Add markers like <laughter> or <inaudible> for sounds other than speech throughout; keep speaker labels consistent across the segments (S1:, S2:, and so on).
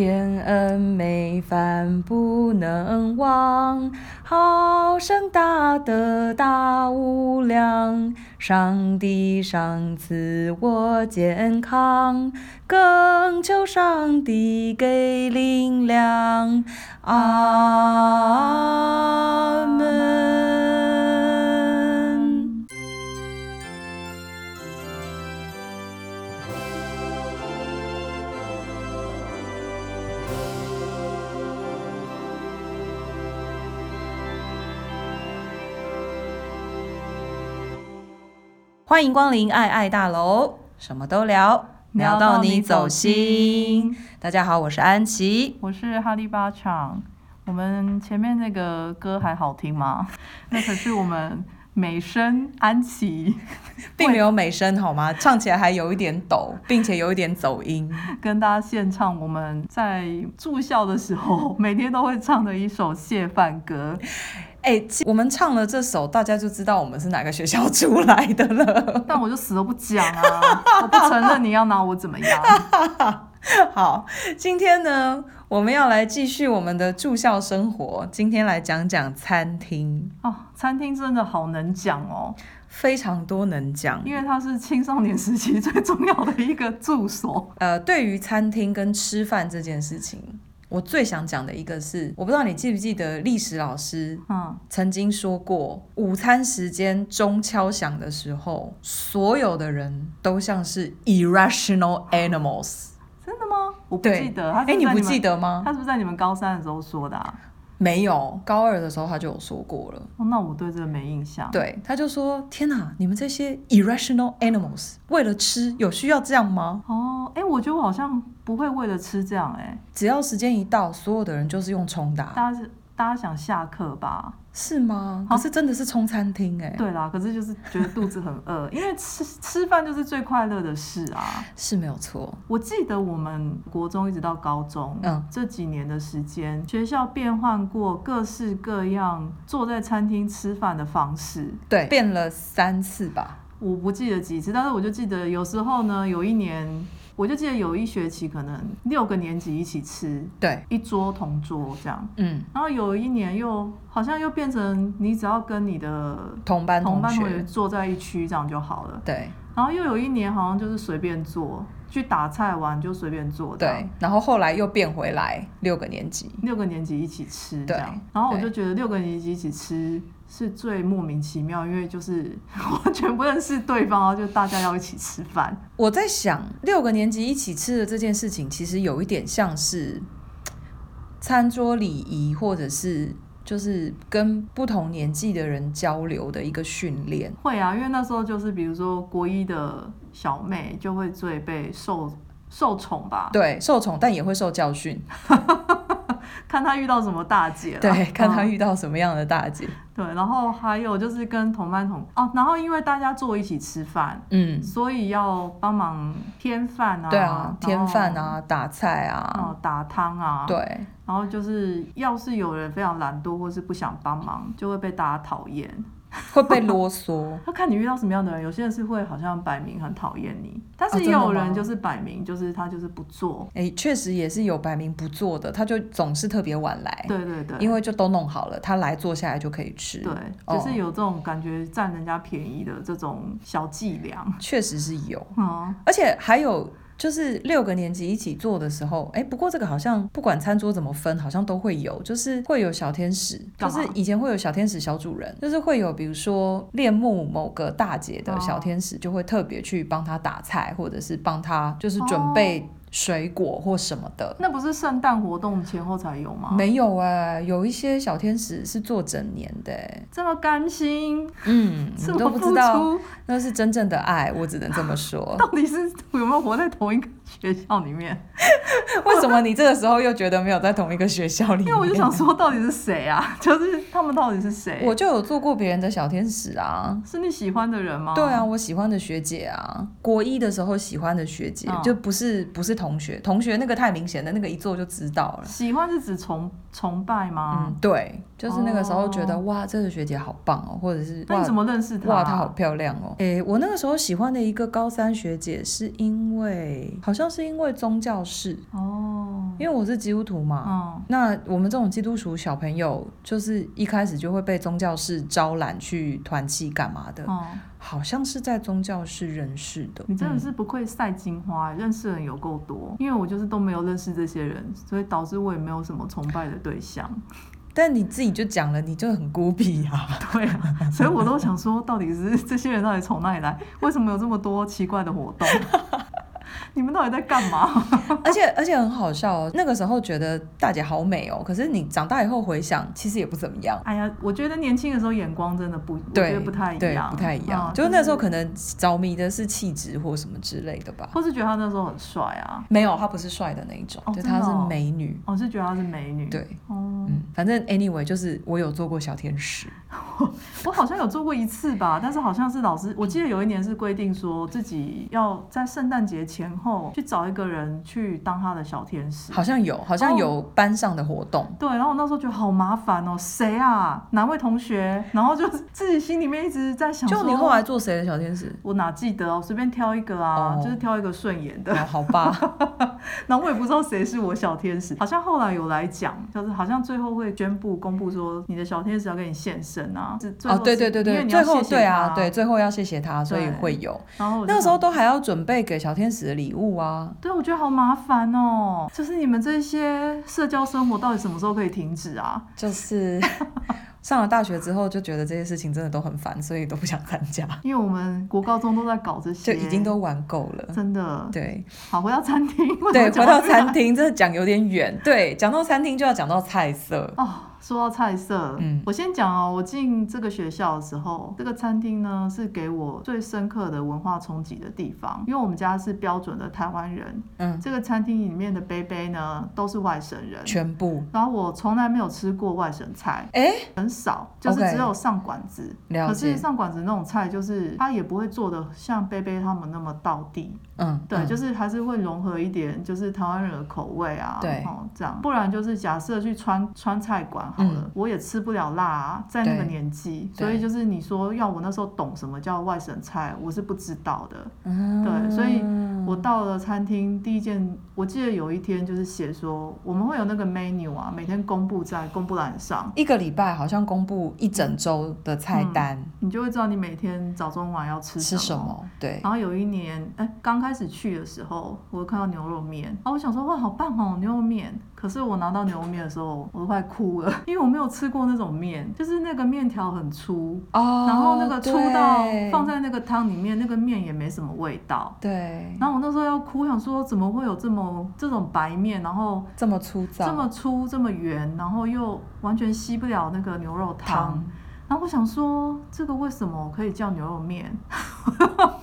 S1: 天恩美饭不能忘，好生大德大无量。上帝赏赐我健康，更求上帝给力量。阿门。欢迎光临爱爱大楼，什么都聊，聊到你走心。。大家好，我是安琪。
S2: 我是哈利巴场。我们前面那个歌还好听吗？ <laughs> 那可是我们美声安琪
S1: 并没有美声好吗？唱起来还有一点抖，并且有一点走音。
S2: 跟大家献唱我们在住校的时候每天都会唱的一首谢饭歌。 <laughs>
S1: 哎、其我们唱了这首，大家就知道我们是哪个学校出来的了。 <laughs>
S2: 但我就死都不讲啊！ <laughs> 我不承认，你要拿我怎么样？ <laughs>
S1: 好，今天呢，我们要来继续我们的住校生活。今天来讲讲餐厅，
S2: 哦，餐厅真的好能讲哦，
S1: 非常多能讲。
S2: 因为它是青少年时期最重要的一个住所。
S1: 呃，对于餐厅跟吃饭这件事情，我最想讲的一个是，我不知道你记不记得历史老师
S2: 嗯，
S1: 曾经说过，午餐时间钟敲响的时候，所有的人都像是 irrational animals。
S2: 真的吗？我不
S1: 对
S2: 记得。它是
S1: 哎，
S2: 是
S1: 你
S2: 在
S1: 不
S2: 你
S1: 记
S2: 们？
S1: 得吗？
S2: 他是不是在你们高三的时候说的、啊？
S1: 没有，高二的时候他就有说过了。
S2: 哦，那我对这个没印象。
S1: 对，他就说：“天哪，你们这些 irrational animals，为了吃有需要这样吗？
S2: 哦，哎、我觉得我好像不会为了吃这样、诶
S1: 只要时间一到，所有的人就是用冲
S2: 哎，
S1: 打，
S2: 大家是大家想下课吧？
S1: 是吗？可
S2: 好
S1: 是真的是冲餐厅哎、
S2: 对啦，可是就是觉得肚子很饿， <laughs> 因为吃吃饭就是最快乐的事啊。
S1: 是没有错。
S2: 我记得我们国中一直到高中，
S1: 嗯
S2: 这几年的时间，学校变换过各式各样坐在餐厅吃饭的方式。
S1: 对，变了三次吧。
S2: 我不记得几次，但是我就记得有时候呢，有一年，我就记得有一学期可能六个年级一起吃，
S1: 对，
S2: 一桌同桌这样。
S1: 嗯，
S2: 然后有一年又好像又变成你只要跟你的
S1: 同班
S2: 同班
S1: 学，
S2: 同学坐在一区这样就好了。
S1: 对
S2: 然后又有一年好像就是随便坐，去打菜玩就随便坐这样
S1: 对，然后后来又变回来六个年级。
S2: 六个年级一起吃这
S1: 对
S2: 样，然后我
S1: 对
S2: 就觉得六个年级一起吃是最莫名其妙，因为就是 <laughs> 完全不认识对方，然后就大家要一起吃饭。
S1: 我在想，六个年级一起吃的这件事情，其实有一点像是餐桌礼仪，或者是就是跟不同年纪的人交流的一个训练。
S2: 会啊，因为那时候就是比如说国一的小妹就会最被受受宠吧，
S1: 对，受宠但也会受教训。
S2: 看她遇到什么大姐啦，
S1: 对，啊哦看
S2: 嗯
S1: 他遇到什么样的大姐。
S2: 对，然后还有就是跟同班同哦，然后因为大家坐一起吃饭，
S1: 嗯，
S2: 所以要帮忙添饭啊，
S1: 对啊，添饭
S2: 然后，
S1: 啊，打菜啊，
S2: 哦打汤啊，，
S1: 对，
S2: 然后就是要是有人非常懒惰或是不想帮忙，就会被大家讨厌。
S1: 会被啰嗦。 <laughs>
S2: 要看你遇到什么样的人，有些人是会好像摆明很讨厌你，但
S1: 哦
S2: 是也
S1: 真的
S2: 有
S1: 吗
S2: 人就是摆明就是他就是不做，
S1: 哎、确实也是有摆明不做的，他就总是特别晚来，
S2: 对对对，
S1: 因为就都弄好了，他来坐下来就可以吃。
S2: 对，
S1: 哦
S2: 就是有这种感觉占人家便宜的这种小伎俩，
S1: 确实是有。
S2: 嗯。
S1: 而且还有就是六个年级一起做的时候，哎，不过这个好像不管餐桌怎么分，好像都会有，就是会有小天使，就
S2: 干
S1: 是
S2: 嘛
S1: 以前会有小天使小主人，就是会有比如说恋慕某个大姐的小
S2: 哦
S1: 天使，就会特别去帮她打菜，或者是帮她就是准
S2: 哦
S1: 备水果或什么的。
S2: <laughs> 那不是圣诞活动前后才有吗？
S1: 没有哎、有一些小天使是做整年的、哎
S2: 这么甘心，
S1: 嗯，
S2: 这
S1: 你都
S2: 么
S1: 不
S2: 付
S1: 知道
S2: 出，
S1: 那是真正的爱，我只能这么说。 <laughs>
S2: 到底是 <laughs> 有没有活在同一个学校里面？
S1: 为什么你这个时候又觉得没有在同一个学校里
S2: 因
S1: 面？
S2: 为我就想说，哎到底是谁啊？ <laughs> 就是他们到底是谁？
S1: 我就有做过别人的小天使啊。
S2: 是你喜欢的人吗？
S1: 对啊，，我喜欢的学姐啊，国一的时候喜欢的学姐，
S2: 嗯
S1: 就不是不是同学，同学那个太明显的那个一做就知道了。
S2: 喜欢是指崇崇拜吗？
S1: 嗯，对，就是那个时候觉得、
S2: 哦
S1: 哇，这个学姐好棒哦，或者是
S2: 那你
S1: 哇
S2: 怎么认识他？啊
S1: 哇她好漂亮哦。诶，我那个时候喜欢的一个高三学姐，是因为好像是因为宗教事，
S2: 哦，
S1: 因为我是基督徒嘛，
S2: 嗯，
S1: 那我们这种基督徒小朋友，就是一开始就会被宗教室招揽去团契干嘛的，
S2: 哦，
S1: 好像是在宗教室认识的。嗯
S2: 你真的是不愧赛金花，欸认识人有够多。因为我就是都没有认识这些人，所以导致我也没有什么崇拜的对象。 <laughs>
S1: 嗯但你自己就讲了，你就很孤僻啊。 <laughs>
S2: 对啊，所以我都想说，到底是 <laughs> 这些人到底从哪里来？为什么有这么多奇怪的活动？ <laughs> 你们到底在干嘛？ <laughs>
S1: 而且而且很好笑哦，那个时候觉得大姐好美哦，可是你长大以后回想，其实也不怎么样。
S2: 哎呀，我觉得年轻的时候眼光真的不，我觉
S1: 对，
S2: 得不太一
S1: 对
S2: 样，
S1: 不太一样。
S2: 嗯
S1: 就是那时候可能着迷的是气质或什么之类的吧。
S2: 或是觉得他那时候很帅啊，
S1: 没有，她不是帅的那一种，
S2: 哦
S1: 对，
S2: 真的
S1: 她
S2: 哦
S1: 是美女。
S2: 我、是觉得他是美女。，
S1: 对，
S2: 哦，
S1: 嗯，反正 anyway 就是我有做过小天使。
S2: 我好像有做过一次吧，但是好像是老师，我记得有一年是规定说自己要在圣诞节前后去找一个人去当他的小天使。
S1: 好像有，好像
S2: 哦
S1: 有班上的活动。
S2: 对，然后我那时候觉得好麻烦哦，谁啊？哪位同学？然后就是自己心里面一直在想说，
S1: 就你后来做谁的小天使？
S2: 我哪记得啊？我随便挑一个啊，
S1: 哦
S2: 就是挑一个顺眼的。
S1: 哦，好吧，
S2: 然后我也不知道谁是我小天使，好像后来有来讲，就是好像最后会宣布公布说你的小天使要跟你现身啊。是 <laughs> 最
S1: 哦，
S2: 后
S1: 对
S2: 是
S1: 对对
S2: 因
S1: 对，
S2: 为你
S1: 最
S2: 要
S1: 后
S2: 谢谢
S1: 对
S2: 他
S1: 啊，对，。最后要谢谢他，所以
S2: 对
S1: 会有。
S2: 然后我就
S1: 那时候
S2: 想。
S1: 都还要准备给小天使的礼物啊，
S2: 对，我觉得好麻烦哦。就是你们这些社交生活到底什么时候可以停止啊？
S1: 就是
S2: <laughs>
S1: 上了大学之后就觉得这些事情真的都很烦，所以都不想参加，
S2: 因为我们国高中都在搞这
S1: 就
S2: 些，
S1: 已经都玩够了。
S2: 真的。
S1: 对
S2: 好，回到餐厅。 <laughs> 为什么
S1: 对，
S2: 讲
S1: 回到
S2: 这个
S1: 餐厅，这讲有点远。对，讲到餐厅就要讲到菜色。
S2: <laughs> 哦，说到菜色，
S1: 嗯
S2: 我先讲哦，我进这个学校的时候，这个餐厅呢是给我最深刻的文化冲击的地方，因为我们家是标准的台湾人，
S1: 嗯，
S2: 这个餐厅里面的杯杯呢都是外省人。
S1: 全部。
S2: 然后我从来没有吃过外省菜，
S1: 哎，
S2: 很少，就是
S1: OK
S2: 只有上馆子。
S1: 了
S2: 可是
S1: 解。
S2: 上馆子那种菜，就是它也不会做的像贝贝他们那么道地，
S1: 嗯，
S2: 对，
S1: 嗯
S2: 就是还是会融合一点，就是台湾人的口味啊，
S1: 对
S2: 哦，这样，不然就是假设去川川菜馆好了，我也吃不了辣啊，在那个
S1: 嗯对
S2: 年纪，
S1: 对
S2: 所以就是你说要我那时候懂什么叫外省菜，我是不知道的。
S1: 嗯
S2: 对所以我到了餐厅，第一件，我记得有一天就是写说我们会有那个 menu 啊，每天公布在公布栏上，
S1: 一个礼拜好像公布一整周的菜单、
S2: 你就会知道你每天早中晚要嗯吃
S1: 吃
S2: 什
S1: 什
S2: 么。
S1: 么，对，
S2: 然后有一年，哎，刚开始去的时候，我看到牛肉面，啊，我想说哇，好棒哦，牛肉面。可是我拿到牛肉面的时候，我都快哭了，因为我没有吃过那种面，就是那个面条很粗，
S1: 哦，
S2: 然后那个粗到
S1: 对
S2: 放在那个汤里面，那个面也没什么味道。
S1: 对，
S2: 然后我那时候要哭，想说怎么会有这么这种白面，然后
S1: 这么粗糙，
S2: 这么粗这么圆，然后又完全吸不了那个牛肉汤
S1: 糖，
S2: 然后我想说，这个为什么可以叫牛肉面？ <laughs>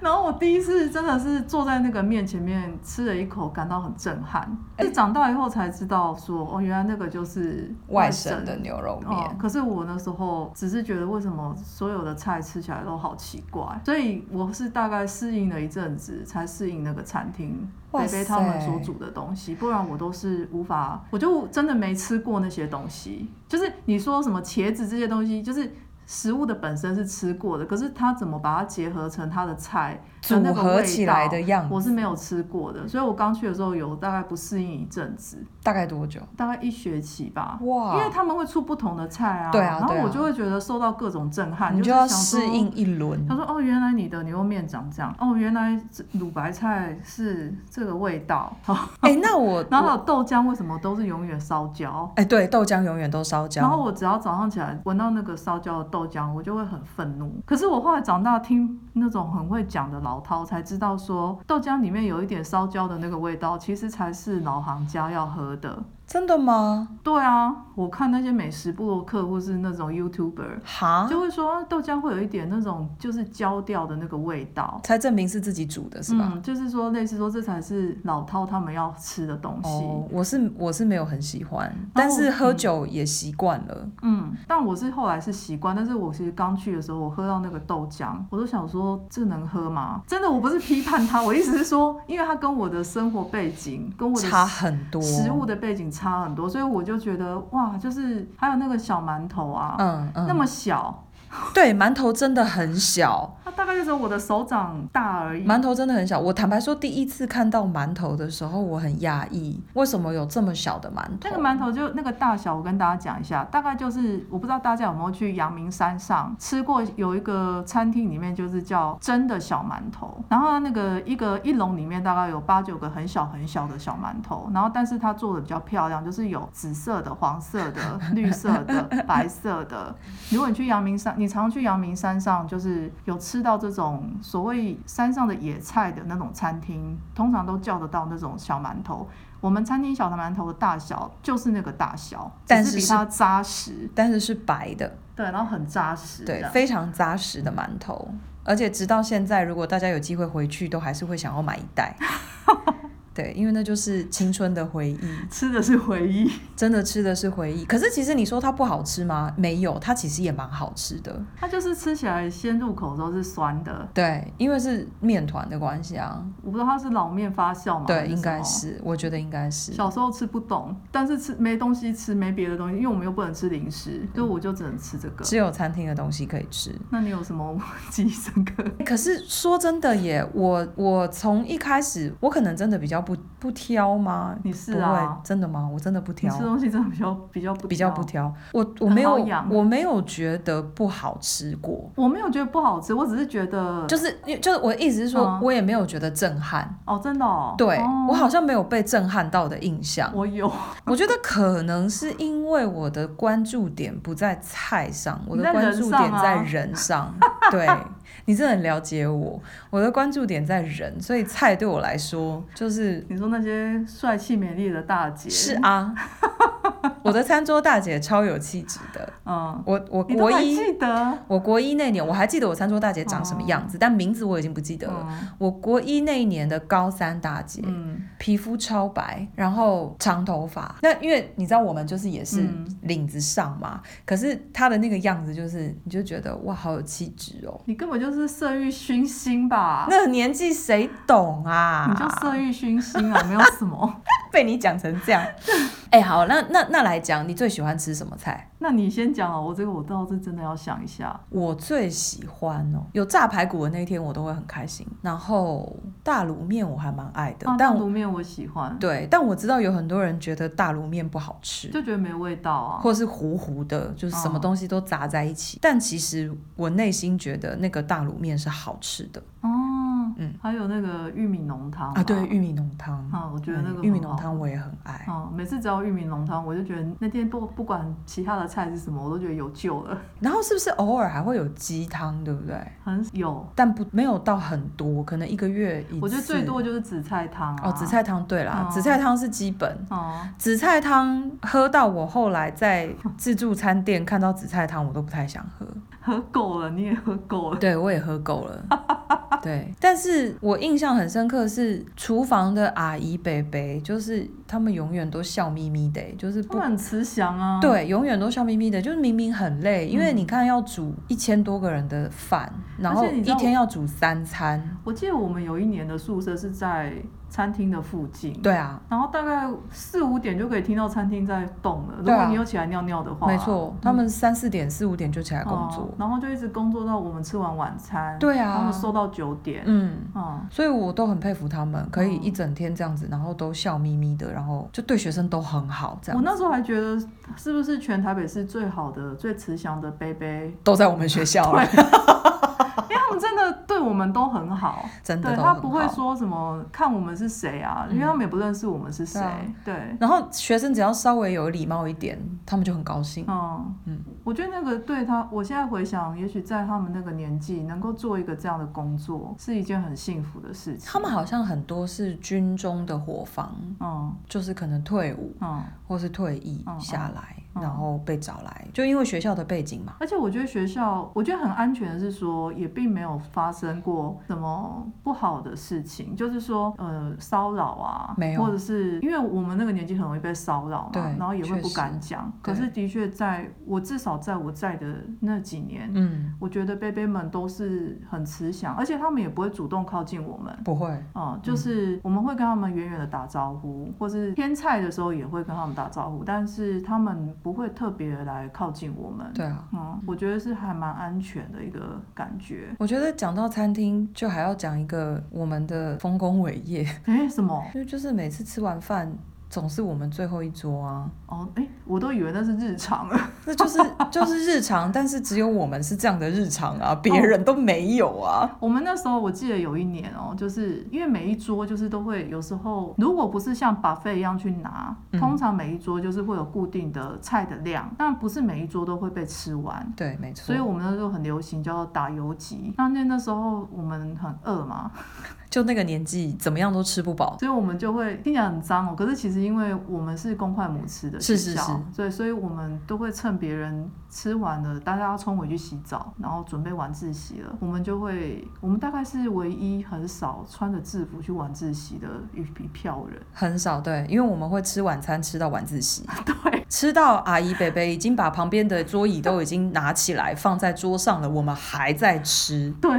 S2: 然后我第一次真的是坐在那个面前面吃了一口，感到很震撼。
S1: 哎
S2: 是长大以后才知道说，哦，原来那个就是
S1: 外省的牛肉面、
S2: 哦，可是我那时候只是觉得为什么所有的菜吃起来都好奇怪，所以我是大概适应了一阵子才适应那个餐厅
S1: 哇
S2: 哦北北他们
S1: 塞
S2: 所煮的东西，不然我都是无法，我就真的没吃过那些东西。就是你说什么茄子这些东西，就是。食物的本身是吃过的，可是它怎么把它结合成它的菜的那
S1: 组
S2: 个
S1: 合
S2: 味
S1: 起来
S2: 道
S1: 的样
S2: 我
S1: 子，
S2: 是没有吃过的，所以我刚去的时候有大概不适应一阵子，
S1: 大概多久？
S2: 大概一学期吧。因为
S1: 哇，
S2: 他们会出不同的菜啊，
S1: 对啊
S2: 然后
S1: 对啊
S2: 我就会觉得受到各种震撼，
S1: 你
S2: 就
S1: 就是要
S2: 想说
S1: 适应。一
S2: <laughs>
S1: 轮
S2: 他，说：“哦，原来你的牛肉面长这样，哦，原来这卤白菜是这个味道，
S1: 哎、那我，
S2: <laughs> 然后还
S1: 我
S2: 有豆浆为什么都是永远烧焦？
S1: 哎、对，豆浆永远都烧
S2: 然后
S1: 焦，
S2: 我只要早上起来闻到那个烧焦的豆浆，我就会很愤怒。可是我后来长大听那种很会讲的老饕，才知道说豆浆里面有一点烧焦的那个味道，其实才是老行家要喝的。
S1: 真的吗？
S2: 对啊，我看那些美食部落客或是那种 YouTuber，
S1: 哈，
S2: 就会说啊豆浆会有一点那种就是焦掉的那个味道，
S1: 才证明是自己煮的是吧？
S2: 嗯，就是说类似说这才是老饕他们要吃的东西，
S1: 哦，我是我是没有很喜欢，但是喝酒也习惯了。
S2: 嗯，但我是后来是习惯，但是我其实刚去的时候，我喝到那个豆浆，我都想说这能喝吗？真的，我不是批判他，我意思是说，因为他跟我的生活背景跟我的
S1: 差很多，
S2: 食物的背景差很多，所以我就觉得哇，就是还有那个小馒头啊，
S1: 嗯嗯，
S2: 那么小，
S1: 对，馒头真的很小，
S2: 它大概就只有我的手掌大而已。
S1: 馒头真的很小。我坦白说，第一次看到馒头的时候，我很讶异，为什么有这么小的馒头？
S2: 那个馒头就那个大小，我跟大家讲一下，大概就是我不知道大家有没有去阳明山上吃过，有一个餐厅里面就是叫真的小馒头，然后它那个一个一笼里面大概有八九个很小很小的小馒头，然后但是它做的比较漂亮，就是有紫色的、黄色的、 <laughs> 绿色的、白色的。如果你去阳明山，你常去阳明山上，就是有吃到这种所谓山上的野菜的那种餐厅，通常都叫得到那种小馒头。我们餐厅小的馒头的大小就是那个大小，
S1: 但是
S2: 只是比
S1: 是
S2: 它扎实，
S1: 但是是白的，
S2: 对，然后很扎实，
S1: 对
S2: 这，样
S1: 非常扎实的馒头。而且直到现在，如果大家有机会回去，都还是会想要买一
S2: <laughs>
S1: 袋。对，因为那就是青春的回忆，
S2: 吃的是回忆。
S1: 真的吃的是回忆。可是其实你说它不好吃吗？没有，它其实也蛮好吃的。
S2: 它就是吃起来先入口都是酸的，
S1: 对，因为是面团的关系啊。
S2: 我不知道它是老面发酵吗？啊还
S1: 对，
S2: 是
S1: 应
S2: 什
S1: 该
S2: 么嗯
S1: 是，我觉得应该是。
S2: 小时候吃不懂，但是吃没东西吃，没别的东西，因为我们又不能吃零食，所以我就只能吃这个。
S1: 只有餐厅的东西可以吃。
S2: 那你有什么 <laughs> 记忆深刻？
S1: 可是说真的耶，我我从一开始，我可能真的比较不不挑吗？
S2: 你是啊
S1: 不会，真的吗？我真的不
S2: 你
S1: 挑
S2: 吃，东西真的比较比较不
S1: 比较
S2: 挑
S1: 不。挑。我我
S2: 很
S1: 没有
S2: 好养啊
S1: 我没有觉得不好吃过，
S2: 我没有觉得不好吃，我只是觉得
S1: 就是因为就是我的意思是说，
S2: 嗯
S1: 我也没有觉得震撼。
S2: 哦，真的哦，
S1: 对、
S2: 哦
S1: 我好像没有被震撼到的印象，
S2: 我有，
S1: 我觉得可能是因为我的关注点不在菜上，我的
S2: 你在
S1: 关
S2: 人
S1: 注
S2: 上
S1: 点在
S2: 啊
S1: 人上。对，你真的很了解我，我的关注点在人，所以菜对我来说就是
S2: 你说那些帅气美丽的大姐
S1: 是，啊。 <laughs> 我的餐桌大姐超有气质的，
S2: 嗯，
S1: 我啊我
S2: 你都
S1: 国
S2: 还
S1: 一
S2: 记得？
S1: 我国一那年我还记得我餐桌大姐长什么样
S2: 哦
S1: 子，但名字我已经不记得了。
S2: 嗯
S1: 我国一那一年的高三大姐，
S2: 嗯，
S1: 皮肤超白，然后长头发。那因为你知道我们就是也是
S2: 嗯
S1: 领子上嘛，可是她的那个样子就是，你就觉得哇，好有气质哦。
S2: 你根本就是色欲熏心吧？
S1: 那个年纪谁懂啊？
S2: 你就色欲熏
S1: <laughs>
S2: 心啊，没有什么。
S1: 被你讲成这
S2: <laughs>
S1: 样。哎、好，那那那来讲，你最喜欢吃什么菜？
S2: 那你先讲啊，我这个我倒是真的要想一下。
S1: 我最喜欢哦，有炸排骨的那一天我都会很开心。然后大卤面我还蛮爱的，
S2: 啊，
S1: 但
S2: 卤面我喜欢，
S1: 对，但我知道有很多人觉得大卤面不好吃，
S2: 就觉得没味道啊。
S1: 或是糊糊的，就是什么
S2: 哦
S1: 东西都杂在一起。但其实我内心觉得那个大卤面是好吃的
S2: 哦，
S1: 嗯
S2: 还有那个玉米浓汤
S1: 啊，对，
S2: 玉，
S1: 玉米浓汤，
S2: 啊，哦我觉得那个
S1: 嗯玉米
S2: 很
S1: 浓
S2: 好
S1: 汤我也很爱。
S2: 哦，每次只要玉米浓汤，我就觉得那天不不管其他的菜是什么，我都觉得有救了，
S1: 然后是不是偶尔还会有鸡汤，对不对？
S2: 很有。
S1: 但不没有到很多，可能一个月一次。
S2: 我觉得最多就是紫菜汤啊。
S1: 哦，紫。菜汤对啦，
S2: 哦
S1: 紫菜汤是基本。
S2: 哦，
S1: 紫菜汤喝到我后来在自助餐店看到紫菜汤，我都不太想喝。
S2: 喝够了，你也喝够了。
S1: 对，我也喝够了。对，但是我印象很深刻是厨房的阿姨北北，就是他们永远都笑眯眯的、欸就是
S2: 他
S1: 不
S2: 们很慈祥啊。。
S1: 对，永远都笑眯眯的，就是明明很累，因为你看要煮一千多个人的饭，然
S2: 嗯而
S1: 后
S2: 且你知
S1: 一
S2: 道
S1: 天要煮三餐，
S2: 我记得我们有一年的宿舍是在餐厅的附近。。
S1: 对啊，
S2: 然后大概四五点就可以听到餐厅在动了。如
S1: 对啊
S2: 果你有起来尿尿的话，
S1: 没错，他们三四点、四五点就起来工作
S2: 嗯哦，然后就一直工作到我们吃完晚餐。
S1: 对啊
S2: 他们收到九点。
S1: 嗯。
S2: 嗯。
S1: 所以我都很佩服他们，可以
S2: 哦
S1: 一整天这样子，然后都笑眯眯的，然后就对学生都很好，这样
S2: 我那时候还觉得，是不是全台北市最好
S1: <laughs>
S2: 的、最慈祥的贝贝？
S1: 都在我们学
S2: <laughs>
S1: 校了，
S2: 因为他们真的对我们都很好，
S1: 哦真的
S2: 对
S1: 都
S2: 他
S1: 很
S2: 不会
S1: 好嗯
S2: 说什么看我们是谁啊，因为他们也不认识我们是谁
S1: 对啊。
S2: 对，
S1: 然后学生只要稍微有礼貌一点，他们就很高兴。
S2: 嗯
S1: 嗯
S2: 我觉得那个对他，我现在回想，也许在他们那个年纪，能够做一个这样的工作，是一件很幸福的事情。
S1: 他们好像很多是军中的伙房，
S2: 嗯
S1: 就是可能退伍
S2: 嗯，
S1: 或是退役
S2: 嗯嗯
S1: 下来，
S2: 嗯
S1: 然后被找来，就因为学校的背景嘛。
S2: 而且我觉得学校，我觉得很安全的是说，也并没有发生过什么不好的事情，就是说，呃，骚扰啊，
S1: 没有
S2: 或者是因为我们那个年纪很容易被骚扰嘛，啊
S1: 对
S2: 然后也会
S1: 确
S2: 不
S1: 实
S2: 敢讲。
S1: 对
S2: 可是的确在，我至少在我在的那几年，
S1: 嗯，
S2: 我觉得贝贝们都是很慈祥，而且他们也不会主动靠近我们。
S1: 不会，
S2: 嗯，就是我们会跟他们远远的打招呼，或是添菜的时候也会跟他们打招呼，但是他们不会特别来靠近我们。
S1: 对啊，
S2: 嗯，我觉得是还蛮安全的一个感 <laughs> 觉。
S1: 我觉得讲到餐厅，就还要讲一个我们的丰功伟业， <laughs>
S2: 哎，什么？
S1: 因为就是每次吃完饭，总是我们最后一桌啊，
S2: 哦，哎，我都以为那是日常了。
S1: 那就是 <laughs> 就是日常，但是只有我们是这样的日常啊，别人都没有啊。
S2: <laughs> 我们那时候我记得有一年哦，就是因为每一桌就是都会有时候，如果不是像 buffet 一样去拿，
S1: 嗯
S2: 通常每一桌就是会有固定的菜的量，但不是每一桌都会被吃完。
S1: 对，没错
S2: 所以，我们那时候很流行叫做打游击。那那那时候我们很饿嘛，
S1: 就那个年纪，怎么样都吃不饱。
S2: 所以我们就会听起来很脏哦。可是其实因为我们是公筷母吃的学
S1: 是是
S2: 校，
S1: 是
S2: 对，所以我们都会趁别人吃完了，大家要冲回去洗澡，然后准备晚自习了，我们就会，我们大概是唯一很少穿着制服去晚自习的一一票人。 <laughs>
S1: 很少对，因为我们会吃晚餐吃到晚自习，
S2: 对，
S1: 吃到阿姨伯伯已经把旁边的桌椅都已经拿起来放在桌上了，我们还在吃。
S2: 对，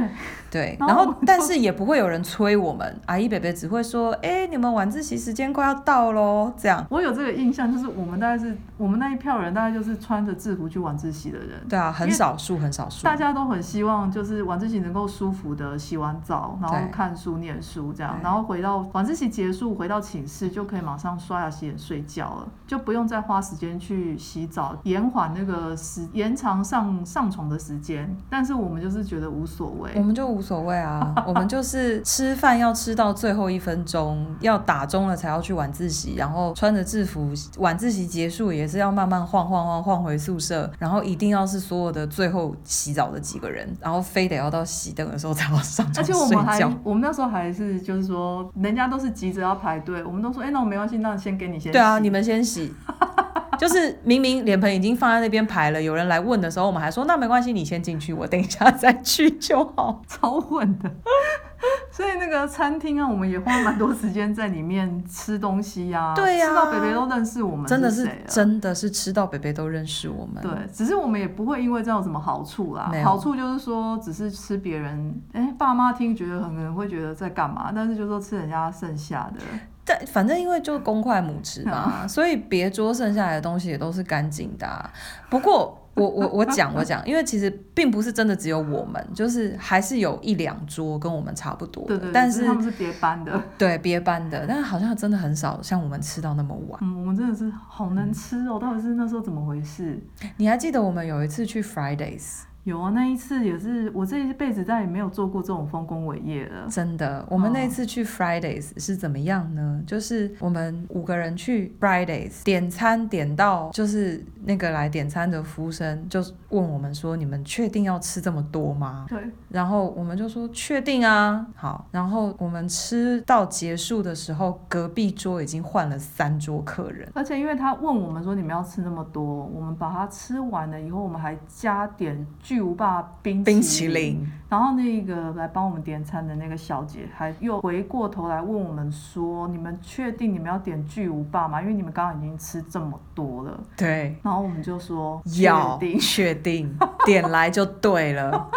S1: 对，
S2: 然
S1: 然
S2: 后
S1: 后
S2: 我就
S1: 但是也不会有人催我们，阿姨伯伯只会说：“哎、你们晚自习时间快要到喽。”这样。
S2: 我有这个印象，就是我们大概是我们那一票人，大概就是穿着制服去晚自习的人。
S1: 对啊，很
S2: 因为
S1: 少数，很少数
S2: 大。家都很希望就是晚自习能够舒服的洗完澡，然后
S1: 对
S2: 看书念书这样，
S1: 对
S2: 然后回到晚自习结束回到寝室就可以马上刷牙洗脸睡觉了，就不用再花时间去洗澡，延缓那个时延长上上床的时间。但是我们就是觉得无所
S1: 我
S2: 谓，
S1: 们就无所谓啊，我们就是吃饭要吃到最后一分钟，要打钟了才要去晚自习，然后穿着制服，晚自习结束也是要慢慢晃晃啊晃晃回宿舍，然后一定要是所有的最后洗澡的几个人，然后非得要到熄灯的时候才要上
S2: 而
S1: 床
S2: 且我们
S1: 睡
S2: 还
S1: 觉。
S2: 我们那时候还是就是说，人家都是急着要排队，我们都说，哎、那我没关系，那先给你先洗。
S1: 对啊，你们先洗。就是明明脸盆已经放在那边排了，有人来问的时候，我们还说那没关系，你先进去，我等一下再去就好。
S2: <laughs> 超混的。所以那个餐厅啊，我们也花蛮多时间在里面吃东西呀、
S1: 对呀
S2: 吃到北北都认识我们
S1: 真的
S2: 是
S1: 是
S2: 谁了。
S1: 真的是吃到北北都认识我们。
S2: 对，只是我们也不会因为这样有什么好处啦
S1: 没。有
S2: 好处就是说，只是吃别人，哎、爸妈听觉得很可能会觉得在干嘛，但是就说吃人家剩下的，
S1: 但反正因为就公筷母匙
S2: 嗯
S1: 嘛， <laughs> 所以别桌剩下来的东西也都是干净的啊、不过我我我讲我讲，因为其实并不是真的只有我们，就是还是有一两桌跟我们差不多的，
S2: 对对对，
S1: 但
S2: 只
S1: 是
S2: 他们是别班的，
S1: 对别班的，但好像真的很少像我们吃到那么晚。
S2: 嗯，我们真的是好能吃哦，到底是那时候怎么回事？
S1: 你还记得我们有一次去 Fridays，
S2: 有啊，那一次也是我这一辈子再也没有做过这种丰功伟业了，
S1: 真的，我们那
S2: 哦
S1: 次去 Fridays 是怎么样呢？就是我们五个人去 Fridays 点餐，点到就是那个来点餐的服务生就问我们说：“你们确定要吃这么多吗
S2: 对，？”
S1: 然后我们就说：“确定啊，好。”然后我们吃啊到结束的时候，隔壁桌已经换了三桌客人。
S2: 而且因为他问我们说你们要吃那么多，我们把它吃完了以后，我们还加点巨无霸冰
S1: 冰淇。淋，
S2: 然后那个来帮我们点餐的那个小姐还又回过头来问我们说，你们确定你们要点巨无霸吗？因为你们刚刚已经吃这么多了。
S1: 对，
S2: 然后我们就说
S1: 要
S2: 确定。
S1: 确定，点来就对
S2: <laughs>
S1: 了，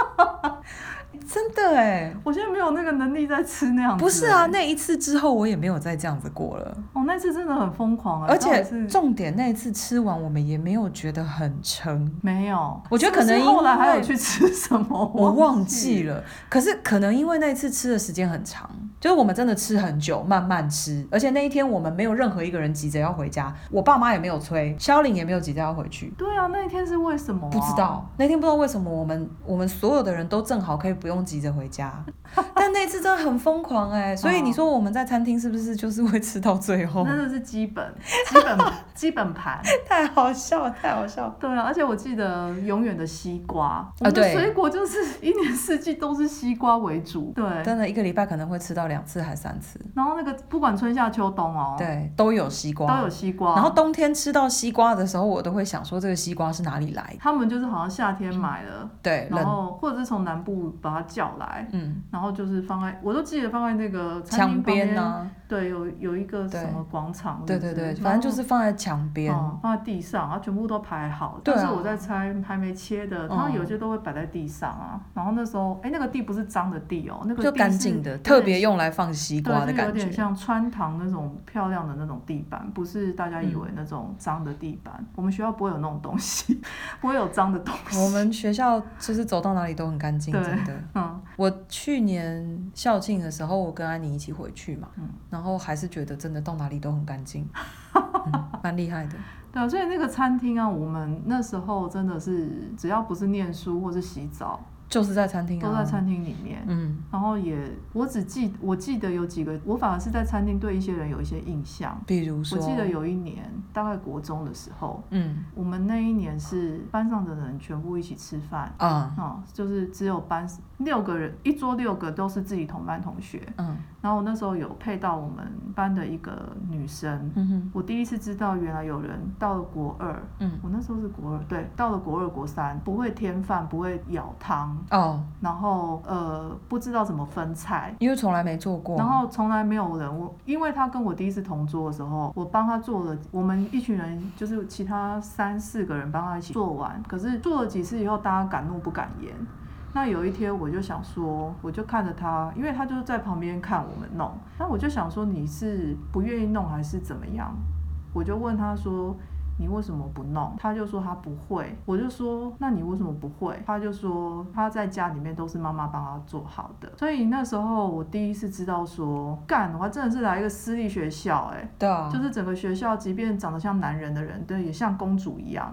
S1: 真的哎，
S2: 我现在没有那个能力再吃那样子。
S1: 不是啊，
S2: 欸
S1: 那一次之后我也没有再这样子过了，
S2: 哦，那次真的很疯狂啊，
S1: 而
S2: 到
S1: 且
S2: 底是
S1: 重点那一次吃完，我们也没有觉得很撑，
S2: 没有，
S1: 我觉得可能
S2: 是不是后来还
S1: 因
S2: 有
S1: 为
S2: 去吃什么，
S1: 我忘
S2: 记
S1: 记了。可是可能因为那次吃的时间很长，就是我们真的吃很久，慢慢吃，而且那一天我们没有任何一个人急着要回家，我爸妈也没有催，肖玲也没有急着要回去。
S2: 对啊，那一天是为什么、啊？
S1: 不知道那天不知道为什么我们我们所有的人都正好可以不用急着回家， <laughs> 但那次真的很疯狂哎、所
S2: 哦
S1: 以你说我们在餐厅是不是就是会吃到最后？
S2: 那就是基本基本基本盘。 <laughs>
S1: 太好笑了，太好笑了。
S2: 对啊，而且我记得永远的西瓜，
S1: 啊
S2: 我们的
S1: 对
S2: 水果就是一年四季都是西瓜为主。对，
S1: 真的一个礼拜可能会吃到两次还三次，
S2: 然后那个不管春夏秋冬哦，
S1: 对，都有西瓜。
S2: 都有西瓜。
S1: 然后冬天吃到西瓜的时候，我都会想说这个西瓜是哪里来的？
S2: 他们就是好像夏天买了，
S1: 对，嗯
S2: 然
S1: 冷，
S2: 后或者是从南部把它叫来。
S1: 嗯，
S2: 然后就是放在，我都记得放在那个餐
S1: 墙
S2: 厅旁
S1: 边啊，
S2: 对，有有一个
S1: 对
S2: 什么广场，。
S1: 对对对，反正就是是放在墙边。
S2: 嗯，放在地上，然后全部都排好。
S1: 对啊
S2: 但是我在猜还没切的，它
S1: 嗯
S2: 有些都会摆在地上啊。然后那时候，哎，那个地不是脏的地哦，那个
S1: 就
S2: 地
S1: 干
S2: 是
S1: 净的，
S2: 有点
S1: 特别用来放西瓜的
S2: 对，就有
S1: 感
S2: 点
S1: 觉。
S2: 像穿堂那种漂亮的那种地板，不是大家以
S1: 嗯
S2: 为那种脏的地板。我们学校不会有那种东西， <laughs> 不会有脏的东西。
S1: 我们学校就是走到哪里都很干净，
S2: 对
S1: 真的。
S2: 嗯，
S1: 我去年校庆的时候，我跟安妮一起回去嘛，
S2: 嗯
S1: 然后还是觉得真的到哪里都很干净，嗯蛮、厉害的。
S2: 对啊，所以那个餐厅啊，我们那时候真的是只要不是念书或是洗澡，
S1: 就是在餐厅、啊，
S2: 都在餐厅里面。
S1: 嗯，
S2: 然后也，我只记我记得有几个，我反而是在餐厅对一些人有一些印象。
S1: 比如
S2: 我
S1: 说，
S2: 记得，有一年，大概国中的时候，
S1: 嗯
S2: 我们那一年是班上的人全部一起吃饭，
S1: 啊，
S2: 哦，就是只有班六个人，一桌六个都是自己同班同学。
S1: 嗯
S2: 然后那时候有配到我们班的一个女生，
S1: 嗯哼，
S2: 我第一次知道原来有人到了国二，
S1: 嗯，
S2: 我那时候是国二，对，到了国二国三不会添饭，不会舀汤，
S1: 哦，
S2: 然后呃不知道怎么分菜。
S1: 因为从来没做过，
S2: 然后从来没有人，我因为他跟我第一次同桌的时候，我帮他做了，我们一群人就是其他三四个人帮他一起做完，可是做了几次以后，大家敢怒不敢言。那有一天我就想说，我就看着他，因为他就是在旁边看我们弄，那我就想说你是不愿意弄还是怎么样？我就问他说。你为什么不弄？他就说他不会，我就说那你为什么不会？他就说他在家里面都是妈妈帮他做好的，所以那时候我第一次知道说，干，我还真的是来一个私立学校、欸，
S1: 对啊，
S2: 就是整个学校即便长得像男人的人，对，也像公主一样，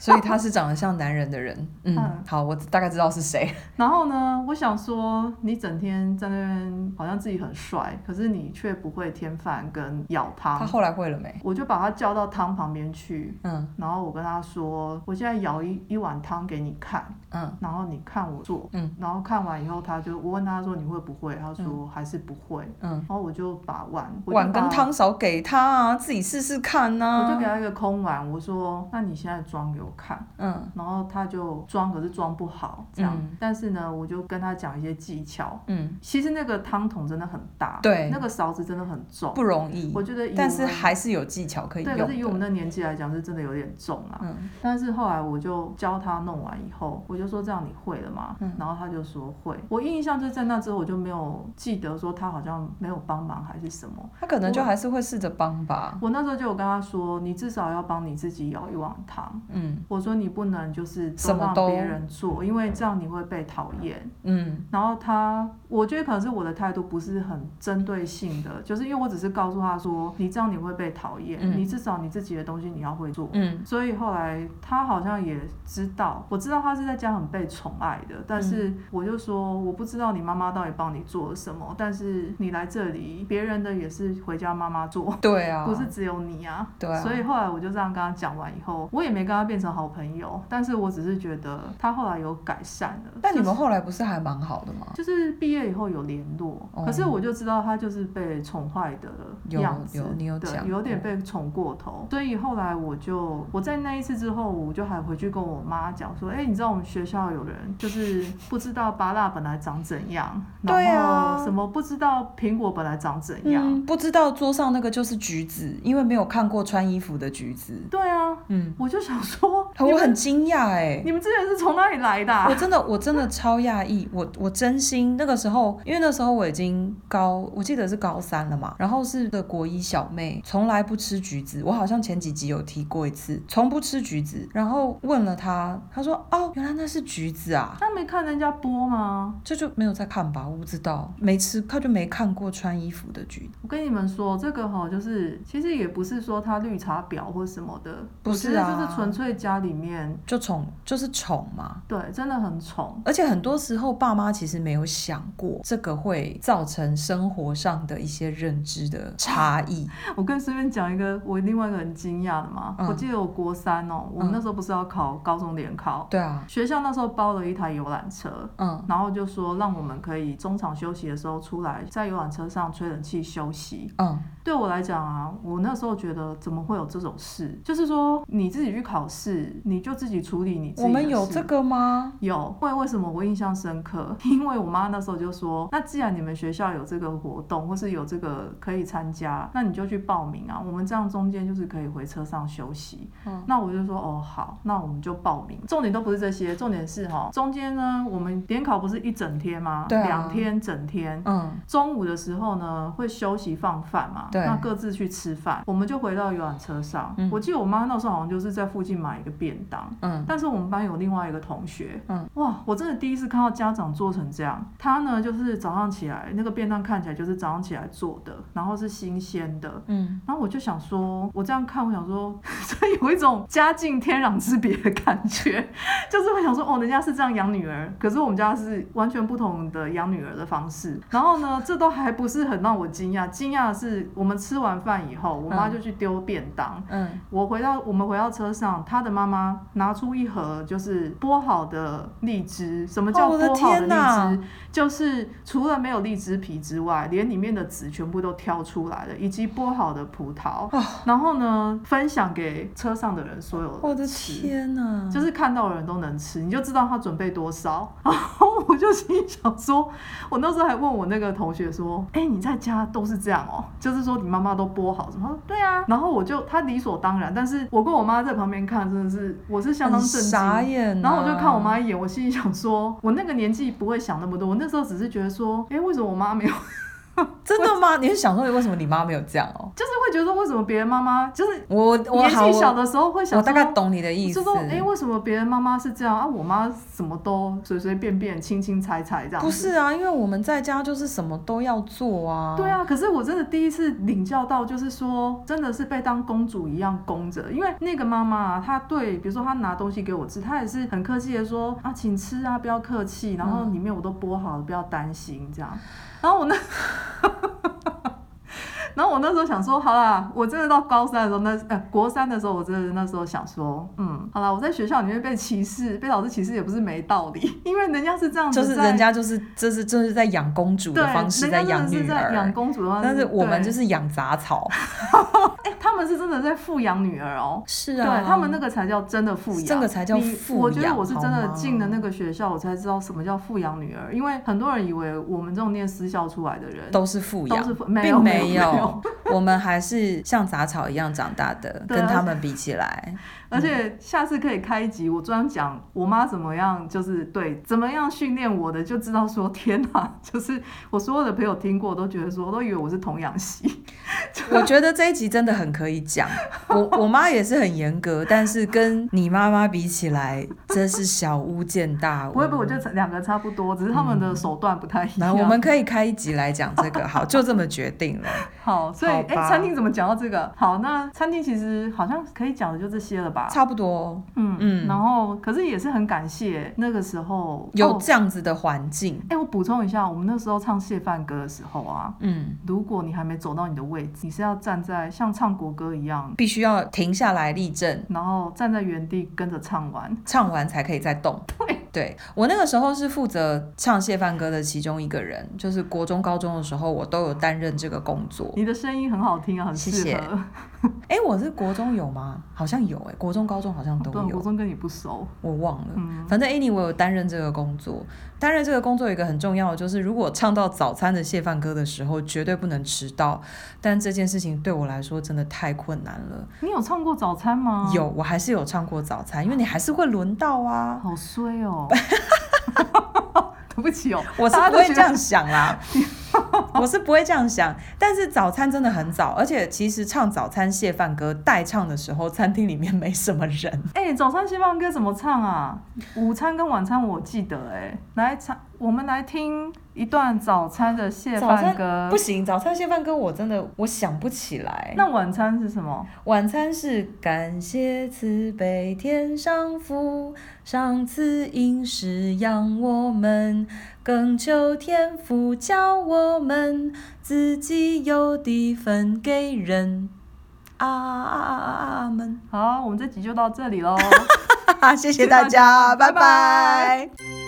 S1: 所以他是长得像男人的人，嗯
S2: 嗯，
S1: 好，我大概知道是谁，
S2: 然后呢，我想说，你整天在那边好像自己很帅，可是你却不会添饭跟舀
S1: 他
S2: 汤，
S1: 后来会了没？
S2: 我就把他叫到汤旁边去，
S1: 嗯
S2: 然后我跟他说，我现在舀一一碗汤给你看，
S1: 嗯，
S2: 然后你看我做，
S1: 嗯，
S2: 然后看完以后，他就我问他说你会不会，他说还是不会，
S1: 嗯，
S2: 然后我就把碗我就
S1: 碗跟
S2: 把
S1: 汤勺给他啊，自己试试看啊呐、
S2: 我就给他一个空碗，我说那你现在装给我看。
S1: 嗯
S2: 然后他就装，可是装不好，这样。
S1: 嗯
S2: 但是呢，我就跟他讲一些技巧，
S1: 嗯，
S2: 其实那个汤桶真的很大，
S1: 对
S2: 那个勺子真的很重。
S1: 不容易，
S2: 我觉得以我们，
S1: 但是还是有技巧可以
S2: 对，可是以我
S1: 用
S2: 们
S1: 的，
S2: 的年纪来讲，是真的有点重啊。
S1: 嗯
S2: 但是后来我就教他弄完以后，我就说这样你会了吗？
S1: 嗯
S2: 然后他就说会。我印象就是在那之后，我就没有记得说他好像没有帮忙还是什么。
S1: 他可能就
S2: 我
S1: 还是会试着帮吧，
S2: 我那时候就有跟他说，你至少要帮你自己舀一碗汤。
S1: 嗯
S2: 我说你不能就是
S1: 什
S2: 都
S1: 么
S2: 让
S1: 都
S2: 别人做，因为这样你会被讨厌。
S1: 嗯
S2: 然后他，我觉得可能是我的态度不是很针对性的，就是因为我只是告诉他说，你这样你会被讨厌，
S1: 嗯
S2: 你至少你自己的东西你要会做。
S1: 嗯
S2: 所以后来他好像也知道，我知道他是在家很被宠爱的，但是我就说我不知道你妈妈到底帮你做了什么，但是你来这里，别人的也是回家妈妈做， <laughs>
S1: 对啊，
S2: 不是只有你啊。
S1: 对啊
S2: 所以后来我就这样跟他讲完以后，我也没跟他变成好朋友，但是我只是觉得他后来有改善了。
S1: 但你
S2: 就是
S1: 们后来不是还蛮好的吗？
S2: 就是毕业以后有联络，
S1: 啊哦
S2: 可是我就知道他就是被宠坏的
S1: 有
S2: 样子，
S1: 有你有
S2: 对
S1: 讲
S2: 有点
S1: 过
S2: 被宠过头，所以后来我就我在那一次之后，我就还回去跟我妈讲说，哎、你知道我们学校有人就是不知道芭乐本来长怎样，
S1: 对啊
S2: 然后什么不知道苹果本来长怎样，
S1: 嗯，不知道桌上那个就是橘子，因为没有看过穿衣服的橘子，
S2: 对啊，
S1: 嗯，
S2: 我就想说，你
S1: <laughs> 我
S2: 们
S1: 很惊讶哎，
S2: 你们之前是从哪里来的啊、
S1: 我真的我真的超讶异，我我真心那个时候，因为那时候我已经高，我记得是高三了嘛，然后是个国一小妹，从来不吃橘子，我好像前几集有提过一次，从不吃橘子，然后问了她，她说哦，原来那是橘子啊。
S2: 他没看人家播吗？
S1: 这就没有再看吧，我不知道，没吃，她就没看过穿衣服的橘子，
S2: 我跟你们说，这个哈、就是其实也不是说它绿茶婊或什么的，
S1: 不是啊
S2: 我觉得就是纯粹家里面
S1: 就宠就是宠嘛。
S2: 对，真的很宠。
S1: 而且很多时候，爸妈其实没有想过这个会造成生活上的一些认知的差异。
S2: 我跟随便讲一个，我另外一个很惊讶的嘛，
S1: 嗯
S2: 我记得我国三哦，我们那时候不是要考高中联考，
S1: 对啊，
S2: 学校那时候包了一台游览车。
S1: 嗯
S2: 然后就说让我们可以中场休息的时候出来，在游览车上吹冷气休息。
S1: 嗯，
S2: 对我来讲啊，我那时候觉得怎么会有这种事？就是说你自己去考试，你就自己处理你自己的事。啊
S1: 我们有这个吗？
S2: 有，为为什么我印象深刻？ <laughs> 因为我妈那时候就说，那既然你们学校有这个活动，或是有这个可以参加，那你就去报名啊。我们这样中间就是可以回车上休息。
S1: 嗯
S2: 那我就说哦好，那我们就报名。重点都不是这些，重点是哈，中间呢，我们联考不是一整天吗？
S1: 对啊
S2: 两天整天。
S1: 嗯，
S2: 中午的时候呢，会休息放饭嘛，
S1: 对
S2: 那各自去吃饭，我们就回到游览车上。
S1: 嗯
S2: 我记得我妈那时候好像就是在附近买一个便当，
S1: 嗯，
S2: 但是我们班有另外一个同学，
S1: 嗯，
S2: 哇，我真的第一次看到家长做成这样。他呢，就是早上起来那个便当看起来就是早上起来做的，然后是新鲜的。
S1: 嗯，
S2: 然后我就想说，我这样看，我想说， <laughs> 这有一种家境天壤之别的感觉，就是会想说，哦，人家是这样养女儿，可是我们家是完全不同的养女儿的方式。然后呢，这都还不是很让我惊讶，惊讶的是我们吃完饭以后，我妈
S1: 嗯
S2: 就去丢便当，
S1: 嗯，
S2: 我回到我们回到车上，他的妈妈拿出一盒就是剥好的荔枝。什么叫
S1: 哦我的
S2: 剥好的
S1: 天
S2: 荔枝？
S1: 哪
S2: 就是除了没有荔枝皮之外，连里面的籽全部都挑出来了，以及剥好的葡萄。
S1: 哦
S2: 然后呢，分享给车上的人所有人
S1: 我的
S2: 吃
S1: 天哪！
S2: 就是看到的人都能吃，你就知道他准备多少。 <laughs> 然后我就心里想说，我那时候还问我那个同学说：“哎、你在家都是这样哦、就是说你妈妈都剥好什么？”他说：“对啊。”然后我就他理所当然，但是我跟我妈在旁边看，真的是我是相当
S1: 很
S2: 震惊。
S1: 傻眼、啊
S2: 然后我就看我，妈一眼，我心里想说，我那个年纪不会想那么多，我那时候只是觉得说，哎、为什么我妈没有 <laughs>
S1: 真的吗？你是想说为什么你妈没有这样哦？
S2: 就是会觉得为什么别人妈妈就是
S1: 我我
S2: 年
S1: 好，
S2: 纪小
S1: 我
S2: 的时候会想
S1: 我大概
S2: 说
S1: 懂你的意思
S2: 就。说哎、诶为什么别人妈妈是这样啊？我妈什么都随随便便、轻轻踩踩这样。
S1: 不。是啊，因为我们在家就是什么都要做啊。
S2: 对，啊，可是我真的第一次领教到，就是说，真的是被当公主一样供着。因为那个妈妈、啊，她对，比如说她拿东西给我吃，她也是很客气的说啊，请吃啊，不要客气，然后里面我都剥好了，不要担心这样。
S1: 嗯
S2: 然后我那 <laughs> 然后我那时候想说，好啦，我真的到高三的时候，那呃国三的时候，我真的那时候想说，嗯，好啦，我在学校里面被歧视，被老师歧视也不是没道理，因为人家是这样子
S1: 就
S2: 在，
S1: 是人家就是这是这是在养公主
S2: 对，
S1: 的方式
S2: 人家
S1: 养
S2: 真的是
S1: 女
S2: 在养
S1: 儿，
S2: 公主的方式，
S1: 但是我们
S2: 对
S1: 就是养杂
S2: <laughs>
S1: 草。
S2: 哎、他们是真的在富养女儿哦。
S1: 是
S2: 对他们那个才叫真的富养，
S1: 这个才叫
S2: 你
S1: 富
S2: 我觉得
S1: 养
S2: 我是真
S1: 好
S2: 的
S1: 吗
S2: 进了那个学校，我才知道什么叫富养女儿。因为很多人以为我们这种念私校出来的人，
S1: 都是富养
S2: 都是富没有
S1: 并
S2: 没有没
S1: 有
S2: 有，
S1: 我们还是像杂草一样长大的，
S2: <laughs> 对
S1: 跟
S2: 啊而
S1: 他
S2: 且
S1: 们比起
S2: <laughs>
S1: 来，
S2: 而且下次可以开一集，我专门讲我妈怎么样，就是对怎么样训练我的，就知道说天哪，就是我所有的朋友听过都觉得说，都以为我是童养媳。
S1: 我觉得这一集真的很可以讲。我我妈也是很严格，但是跟你妈妈比起来，真是小巫见大巫。
S2: <laughs> 不会不会，我觉得两个差不多，只是他们的手段不太一
S1: 嗯来，
S2: 样。
S1: 我们可以开一集来讲这个，好，就这么决定
S2: <laughs>
S1: 了。
S2: 好，所以
S1: 好
S2: 哎、
S1: 吧
S2: 餐厅怎么讲到这个？好，那餐厅其实好像可以讲的就这些了吧？
S1: 差不多
S2: 嗯
S1: 嗯
S2: 嗯，然后可是也是很感谢那个时候
S1: 有
S2: 哦
S1: 这样子的环境，
S2: 哎、我补充一下，我们那时候唱谢饭歌的时候啊，
S1: 嗯，
S2: 如果你还没走到你的位置，你是要站在像唱国歌一样，
S1: 必须要停下来立正，
S2: 然后站在原地跟着唱完。
S1: 唱完才可以再动。
S2: 对，
S1: 对我那个时候是负责唱谢饭歌的其中一个人，就是国中、高中的时候，我都有担任这个工作。
S2: 你的声音很好听啊，很适合。
S1: 谢谢哎、我是国中有吗？好像有哎、国中、高中好像都
S2: 对，
S1: 有
S2: 国，中跟你 <laughs> 不熟。
S1: 我忘了。
S2: 嗯，
S1: 反正 anyway，我有担任这个工作。担任这个工作有一个很重要的就是，如果唱到早餐的谢饭歌的时候，绝对不能迟到。但这件事情对我来说真的太困难了。
S2: 你有唱过早餐吗？，
S1: 有，我还是有唱过早餐，因为你还是会轮到啊。
S2: 好衰
S1: <laughs>
S2: 哦。 <laughs> 对不起哦，
S1: 我是
S2: 大家
S1: 不
S2: 都
S1: 会
S2: 觉
S1: 这
S2: 得
S1: 样想啦，我是不会这样想。但是早餐真的很早，而且其实唱早餐谢饭歌代唱的时候，餐厅里面没什么人。
S2: 哎、早餐西方歌怎么唱啊？午餐跟晚餐我记得哎、来唱，我们来听一段早餐的谢
S1: 早
S2: 饭
S1: 餐
S2: 歌
S1: 不。行，早餐谢饭歌我真的我想不起来。
S2: 那晚餐是什么？
S1: 晚餐是感谢慈悲天上父，赏赐饮食养我们，更求天父教我们，自己有的分给人。啊啊啊啊啊！阿门。
S2: <laughs> 好，我们这集就到这里喽。
S1: 哈哈，谢谢大家，
S2: 拜
S1: 拜拜